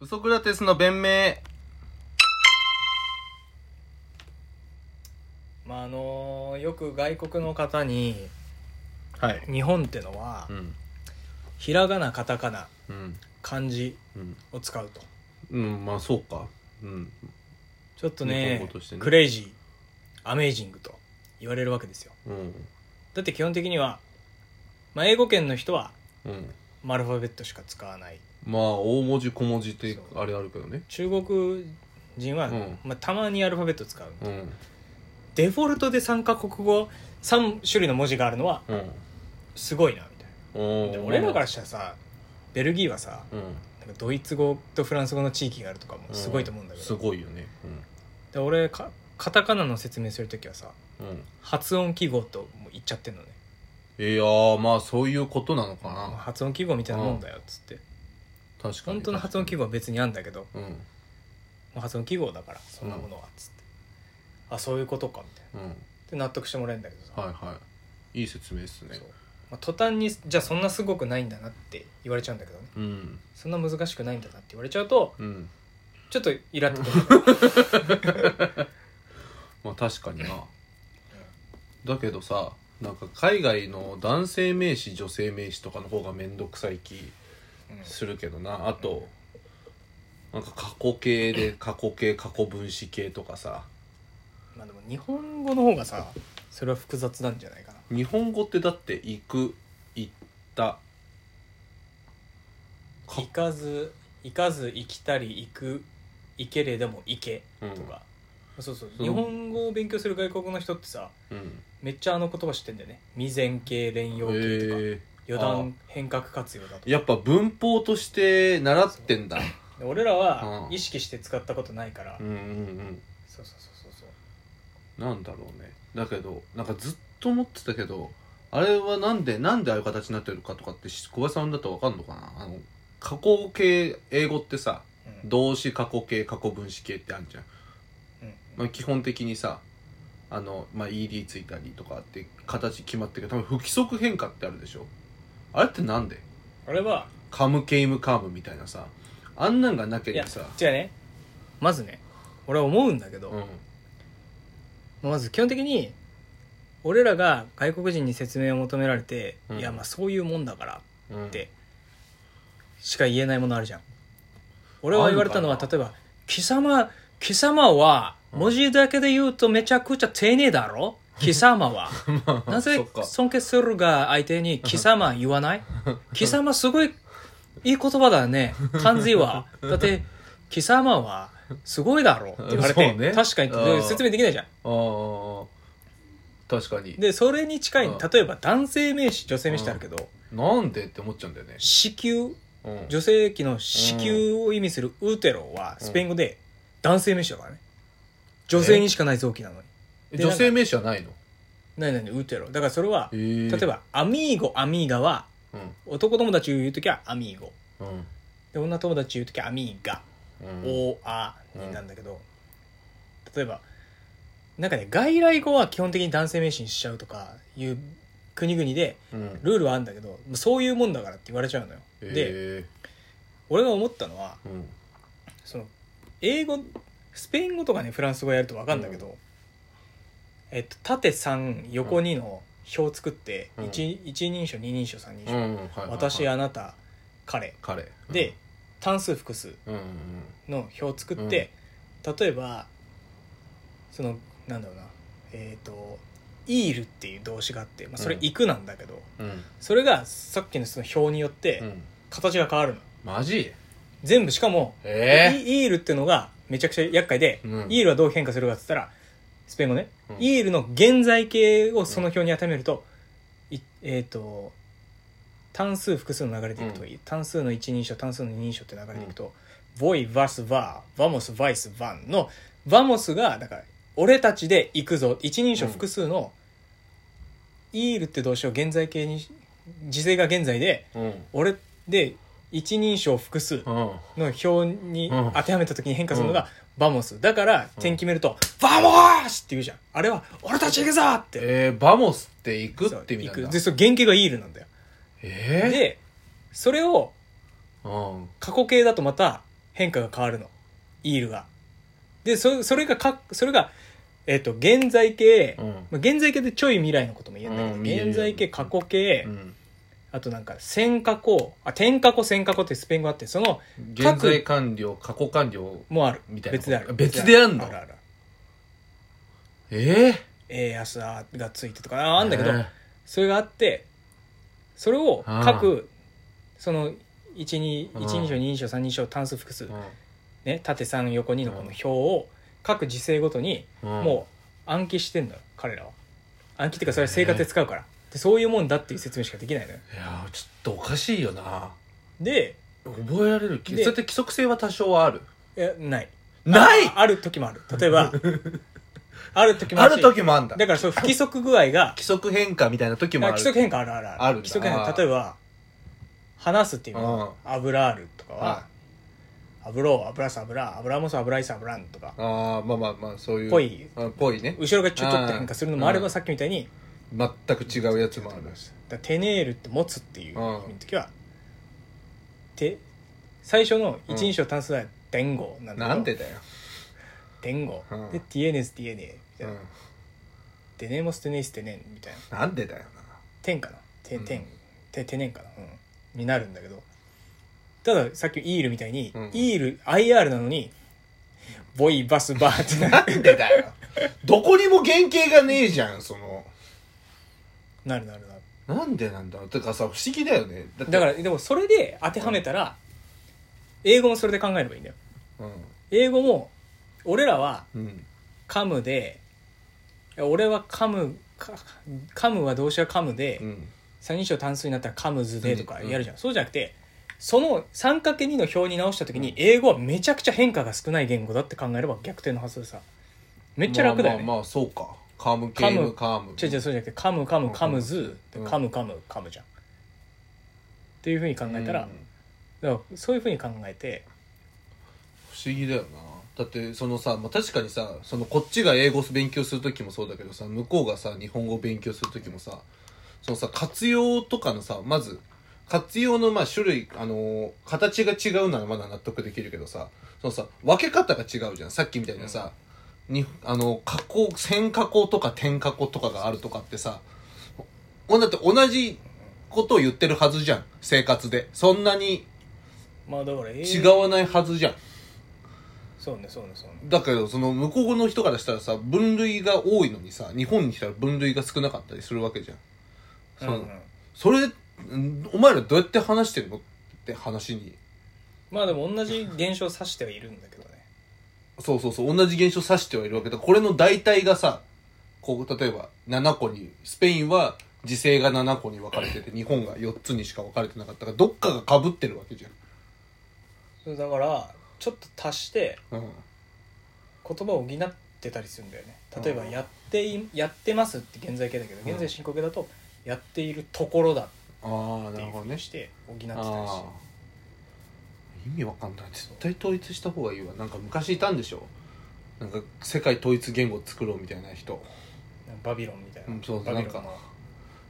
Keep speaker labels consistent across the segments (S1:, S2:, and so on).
S1: ウソクラテスの弁明。
S2: まああのよく外国の方に
S1: はい。
S2: 日本ってのは
S1: うん。
S2: ひらがなカタカナ
S1: うん。
S2: 漢字
S1: うん。
S2: を使うと
S1: うん、まあそうか。うん。
S2: ちょっと
S1: 日本
S2: ね
S1: 語としてね
S2: クレイジーアメージングと言われるわけですよ
S1: うん。
S2: だって基本的には、まあ、英語圏の人は
S1: うん。
S2: アルファベットしか使わない
S1: まあ、大文字小文字って
S2: そう
S1: あれあるけどね。
S2: 中国人は、
S1: うん
S2: まあ、たまにアルファベット使う
S1: うん。
S2: デフォルトで3カ国語3種類の文字があるのは
S1: うん。
S2: すごいなみたい
S1: お
S2: なで
S1: ー
S2: 俺らからしたらさベルギーはさ
S1: うん。
S2: なんかドイツ語とフランス語の地域があるとかもすごいと思うんだけ
S1: す
S2: ど、
S1: ごいよね。
S2: で俺かカタカナの説明する時はさ
S1: うん。うん。
S2: 発音記号ともう言っちゃってんのね
S1: いやー、まあそういうことなのか
S2: まあ
S1: な。
S2: 発音記号みたいなもんだよっつって
S1: 確かに。
S2: 本当の発音記
S1: 分。
S2: 号は別にあんだけど
S1: うん。
S2: まあ発音記号だからそんなものはっつって、あそういうことかみたいな
S1: うん。
S2: で納得してもらえるんだけどさ、
S1: はいはい。いい説明ですね
S2: そう。まあ、途端にじゃあそんなすごくないんだなって言われちゃうんだけどね
S1: うん。
S2: そんな難しくないんだなって言われちゃうと
S1: うん。
S2: ちょっとイラっと くる
S1: まあ確かにな。だけどさ、なんか海外の男性名詞女性名詞とかの方がめんどくさいき。
S2: うん
S1: するけどなあとなんか過去形で 過去形過去分子形とかさ
S2: まあでも日本語の方がさそれは複雑なんじゃないかな
S1: 日本語ってだって行く行ったか
S2: 行かず行かず行きたり行く行けれども行け
S1: うん
S2: とか、そうそう
S1: そう
S2: 日本語を勉強する外国の人ってさ
S1: うん
S2: めっちゃあの言葉知ってんだよね未然形連用形とか、
S1: え
S2: 余談変革活用だとか
S1: ー、やっぱ文法として習ってんだ
S2: で俺らは
S1: うん
S2: 意識して使ったことないから、
S1: うんうんうん
S2: そうそうそうそう
S1: なんだろうねだけどなんかずっと思ってたけどあれはなんでなんでああいう形になってるかとかって小林さんだとわかんのかなあの過去形英語ってさ
S2: そう、うん
S1: 動詞過去形過去分子形ってあるじゃん
S2: うん
S1: まあ、基本的にさあの、まあ、ED ついたりとかって形決まってるけど多分不規則変化ってあるでしょあれってなんで
S2: あれは
S1: カムケイムカームみたいなさあんなんがなけ
S2: い
S1: れ
S2: や
S1: ばさ
S2: 違うねまずね俺は思うんだけど、
S1: うん
S2: まず基本的に俺らが外国人に説明を求められて、
S1: うん
S2: いやまあそういうもんだから
S1: うん
S2: でしか言えないものあるじゃん俺は言われたの
S1: あ
S2: は
S1: るの
S2: 例えば「貴様貴様は
S1: うん
S2: 文字だけで言うとめちゃくちゃ丁寧だ ろ貴様は」な
S1: そ
S2: ぜ
S1: っか
S2: 尊敬するが相手 に貴様言わない貴様すごいいい言葉だね。漢 字は。だって、貴様はすごいだろって言われて、
S1: そうね
S2: 確かに
S1: うん
S2: 説明できないじゃん。
S1: あー確かに
S2: で、それに近い、
S1: うん
S2: 例えば男性名詞、女性名詞ってあるけど、
S1: なんでって思っちゃうんだよね、
S2: 子宮、
S1: うん、
S2: 女性器の子宮を意味するウーテロはスペイン語で男性名詞だからね。女性にしかない臓器なのに。
S1: え女性名詞はないの
S2: なになにウーテロ。だからそれは、
S1: え
S2: 例
S1: ー、
S2: えば、アミーゴ、アミーガは、
S1: うん
S2: 男友達言うときはアミーゴ。
S1: うん
S2: で女友達言う時は「アミーガ」
S1: うん
S2: 「オーアー」になるんだけど、例えばなんかね外来語は基本的に男性名詞にしちゃうとかいう国々で
S1: うん
S2: ルールはあるんだけどそういうもんだからって言われちゃうのよ、で
S1: え
S2: 俺が思ったのは
S1: ーうん
S2: その英語スペイン語とかねフランス語やると分かるんだけど、えっと、縦3横2の表を作って、
S1: うん
S2: 一一人称二人称三人称、
S1: うんはいはいはい
S2: 私あなた彼
S1: 彼
S2: で、単数複数
S1: うんうん
S2: の表を作って、例えばそのなんだろうなえっ、と「イール」っていう動詞があって、まあ、それ
S1: う
S2: 「
S1: ん
S2: 行く」なんだけど、
S1: うんうん
S2: それがさっきのその表によっ
S1: う
S2: て
S1: ん
S2: 形が変わるの、
S1: マジ
S2: 全部しかも「
S1: えー
S2: イイール」っていうのがめちゃくちゃ厄介で「
S1: うん
S2: イール」はどう変化するかっつったらスペイン語ね「
S1: うん
S2: イール」の現在形をその表に当てはめると、いえっ、と単数複数の流れでいくと、
S1: う
S2: 単数の一人称単数の二人称って流れでいくと「ボイ・バス・バー」「バモス・バイス・バン」の「バモス」がだから「俺たちで行くぞ」一人称複数の「イール」って動詞を現在形に時勢が現在で
S1: うん
S2: 「俺」で一人称複数、
S1: うん
S2: の表に
S1: うん
S2: 当てはめた時に変化するの
S1: うん
S2: がバモス。だから、点決めると、バモースって言うじゃん。あれは、俺たち行くぞーって。
S1: えー、バモスって行く
S2: そう
S1: って意味なん
S2: 行
S1: だ
S2: くで、そう原型がイールなんだよ。
S1: えー、
S2: で、それを
S1: うん
S2: 過去形だとまた、変化が変わるの。イールが。で、そそれがか、それが、えっ、と、現在形、
S1: うん
S2: まあ現在形でちょい未来のことも言えんだ
S1: う
S2: け
S1: ん
S2: ど、
S1: 見える
S2: 現在形、過去形、
S1: うん
S2: あとなんか、線過去、あ、点過去、線過去ってスペイン語あって、その、
S1: 現在完了過去完了
S2: もある。
S1: みたいな
S2: 別である。
S1: 別であんの
S2: あるある。
S1: ええ
S2: えやすあがついてとか、ああんだけど、
S1: え
S2: それがあって、それを各、その、1、2、
S1: うん
S2: 1、2章、2章、3、2章、単数複数
S1: え、
S2: ね、縦3、横2のこの表を、各時世ごとに、
S1: うんうん
S2: もう暗記してんだよ彼らは暗記っていうかそれは生活で使うから、でそういうもんだっていう説明しかできないのよ
S1: いやーちょっとおかしいよな
S2: で
S1: 覚えられる気
S2: で
S1: それって規則性は多少はある
S2: いやない
S1: ない
S2: あある時もある例え ばある時も
S1: あ
S2: ある
S1: る時もあんだ
S2: だからそう不規則具合が
S1: 規則変化みたいな時もある
S2: 規則変化あるある
S1: あ
S2: あ
S1: る
S2: る
S1: んだ
S2: 規則変化例えば話すっていうのは油あるとか
S1: は
S2: は油を油す油油もす油いす油んとか
S1: ああまあまあまあそういう
S2: ぽい
S1: あぽいね
S2: 後ろがちょちょっと変化するのもあれ
S1: うん
S2: ばさっきみたいに
S1: 全く違うやつもあるし
S2: だからテネールって持つっていう
S1: うん
S2: 時は、て最初の
S1: うん
S2: 一人称単数は伝語なんだけど
S1: なんでだよ
S2: 伝語、
S1: うん
S2: でティエネスティエネみ
S1: う
S2: たいな、
S1: ん
S2: デネモステネイステネンみたいな
S1: なんでだよ
S2: 天かなて
S1: うん
S2: 天、てテネンかな、うん、になるんだけどたださっきイールみたいに、
S1: うん
S2: イール IR なのにボイバスバーって
S1: なな
S2: なる
S1: んでだよどこにも原型がねえじゃんその
S2: なるなるなる
S1: なんでなんだてかさ不思議だよねだって
S2: だからでもそれで当てはめたら、英語もそれで考えればいいんだよ
S1: う
S2: 英語も俺らは
S1: んうん
S2: カムでいや俺はカムかカムは動詞はカムで、
S1: うん
S2: 三人称単数になったらカムズでとか
S1: うん
S2: やるじゃん、そうじゃなくてその 3×2 の表に直した時に英語はめちゃくちゃ変化が少ない言語だって考えれば逆転の発想でさめっちゃ楽だよ
S1: ま
S2: ね、
S1: あまあまあそうかカムケームカム
S2: 違う違うそうじゃなくてカムカムカムズ、
S1: うん
S2: カムカムカムじゃんっていうふうに考えたら,、
S1: うん
S2: だからそういうふうに考えて
S1: 不思議だよなだってそのさ、まあ、確かにさそのこっちが英語勉強する時もそうだけどさ向こうがさ日本語勉強する時もさそのさ活用とかのさまず活用のまあ種類あのー形が違うならまだ納得できるけどさそのさ分け方が違うじゃんさっきみたいなさ、にあの加工線加工とか点加工とかがあるとかってさほんだって同じことを言ってるはずじゃん生活でそんなに
S2: まあだから英
S1: 違
S2: う
S1: わないはずじゃん
S2: そうねそうねそうね
S1: だけどその向こうの人からしたらさ分類が多いのにさ日本に来たら分類が少なかったりするわけじゃんそ,、
S2: うんうん
S1: それんお前らどうやって話してるのって話に
S2: まあでも同じ現象を指してはいるんだけどね
S1: そうそうそう同じ現象指してはいるわけだこれの大体がさこう例えば7個にスペインは時勢が7個に分かれて て日本が4つにしか分かれてなかったからどっかがかぶってるわけじ
S2: そうだからちょっと足して
S1: ゃん、うん、
S2: 言葉を補ってたりするんだよね例えば
S1: うん
S2: やっていやってますって現在形だけど
S1: うん
S2: 現在進行形だとやっているところだっ
S1: ああ
S2: て
S1: な
S2: いう
S1: る
S2: ふ
S1: ほ
S2: う
S1: どね
S2: にして補ってたりする
S1: あー意味わかんない絶対統一した方がいいわなんか昔いたんでしょなんか世界統一言語作ろうみたいな人
S2: バビロンみたいな
S1: うんそう
S2: バビロ
S1: なん
S2: ンの
S1: か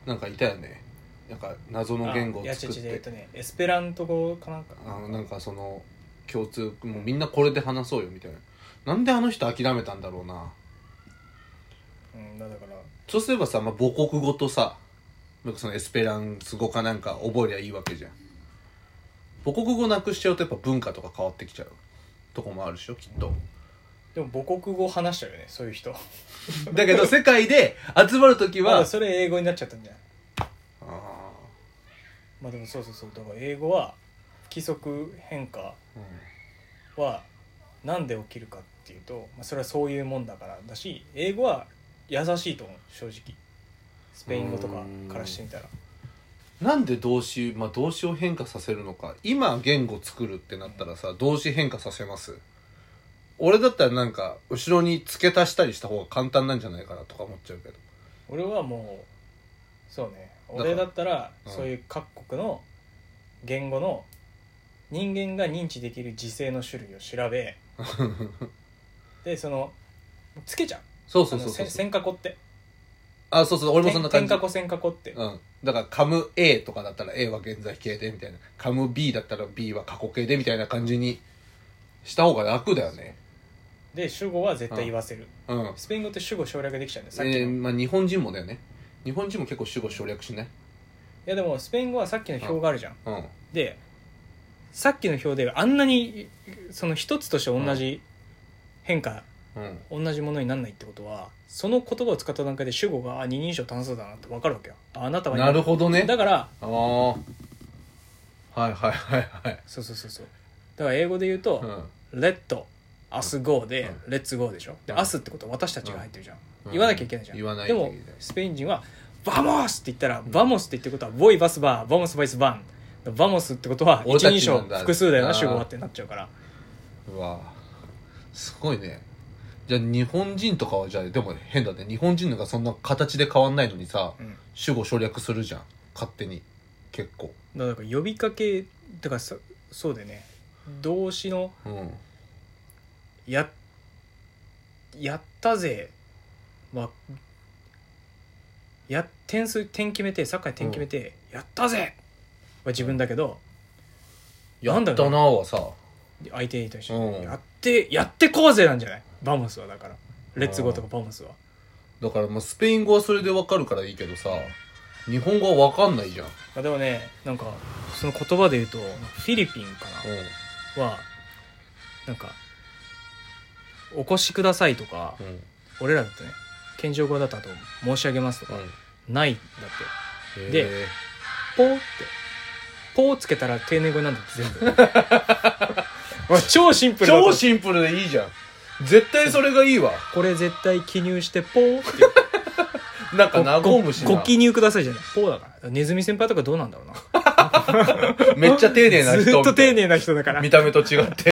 S1: なんかいたよねなんか謎の言語を
S2: あいや
S1: 作っ
S2: 違う違うえってとねエスペラント語かなんか
S1: あのなんかその共通もうみんなこれで話そうよみたいななんであの人諦めたんだろうな
S2: うんだから
S1: そうすればさ、まあ、母国語とさなんかそのエスペランス語かなんか覚えりゃいいわけじゃん母国語なくしちゃうとやっぱ文化とか変わってきちゃうとこもあるでしょきっと、
S2: でも母国語話しちゃうよねそういう人
S1: だけど世界で集まる時
S2: ま
S1: は
S2: あ、それ英語になっちゃったんじゃない
S1: あ
S2: まあでもそうそうそうだから英語は不規則変化
S1: ー
S2: はなんで起きるかっていうと、まあ、それはそういうもんだからだし英語は優しいと思う正直スペイン語とかからしてみたら
S1: なんで動詞、まあ、動詞を変化させるのか今言語作るってなったらさ動詞変化させます俺だったらなんか後ろに付け足したりした方が簡単なんじゃないかなとか思っちゃうけど
S2: 俺はもうそうね
S1: だから
S2: 俺だったら
S1: うん
S2: そういう各国の言語の人間が認知できる時勢の種類を 調べでそのつけちゃう
S1: そうそうそうそう
S2: あのせん過去って
S1: あそうそう俺もそんな感
S2: 天
S1: じ
S2: 過去線過去って、
S1: うんだから「カム A」とかだったら A は現在形でみたいな「カム B」だったら B は過去形でみたいな感じにした方が楽だよね
S2: で主語は絶対言わせる
S1: うん
S2: スペイン語って主語省略できちゃうんだよさっきの、
S1: えーまあ、日本人もだよね日本人も結構主語省略しない
S2: いやでもスペイン語はさっきの表があるじゃん
S1: うん
S2: でさっきの表であんなにその一つとして同じ変化、
S1: うん
S2: 同じものにならないってことはその言葉を使った段階で主語があ二人称単数だなって分かるわけよああなたは
S1: なるほどね
S2: だから
S1: ああはいはいはいはい
S2: そうそうそうそうだから英語で言うと「
S1: うん
S2: レッド」「明日 GO」で
S1: うん
S2: 「レッツ GO」でしょで「
S1: うん
S2: 明日」ってことは私たちが入ってるじゃん、
S1: うん
S2: 言わなきゃいけないじゃん、
S1: 言わない
S2: で
S1: といけな
S2: も
S1: い
S2: スペイン人は「バモス」って言ったら「バモス」って言ってることは「ボイバスバー」「バモスバイスバン」「バモス」ってことは
S1: 俺
S2: 一
S1: た
S2: 人
S1: ちな
S2: 称
S1: んだ
S2: 複数だよ
S1: あ
S2: な
S1: ー
S2: 主語はってなっちゃうから
S1: うわすごいねじゃあ日本人とかはじゃあでも変だね日本人のがそんな形で変わんないのにさ、
S2: うん
S1: 主語省略するじゃん勝手に結構
S2: だから呼びかけだからそそうだよね動詞の
S1: うん
S2: 「ややったぜ」はや点数点決めてサッカーで点決めて「やったぜ!」は自分だけど、
S1: や
S2: な
S1: っ
S2: んだ
S1: た
S2: ろう
S1: なはさ
S2: 相手に対して、
S1: うん
S2: やってやってこうぜなんじゃないバモスはだからレッツゴーとかバモスは
S1: だからまあスペイン語はそれでわかるからいいけどさ日本語はわかんないじゃん
S2: あでもねなんかその言葉で言うとフィリピンかなはなんか「お越しください」とか
S1: うんうん
S2: 俺らだとね謙譲語だったと「申し上げます」とか「ない」だって
S1: うん
S2: で
S1: へ
S2: 「ポー」って「ポー」つけたら丁寧語になるんだって 全部うわ超シンプ
S1: ー
S2: ルだと
S1: 超
S2: 思う
S1: シンプルでいいじゃん絶対それがいいわ
S2: これ絶対記入して「ポー」って言って
S1: なんかなごむしな
S2: ごご記入くださいじゃないポーだからネズミ先輩とかどうなんだろうな
S1: めっちゃ丁寧な人
S2: ずっと丁寧な人だから
S1: 見た目と違って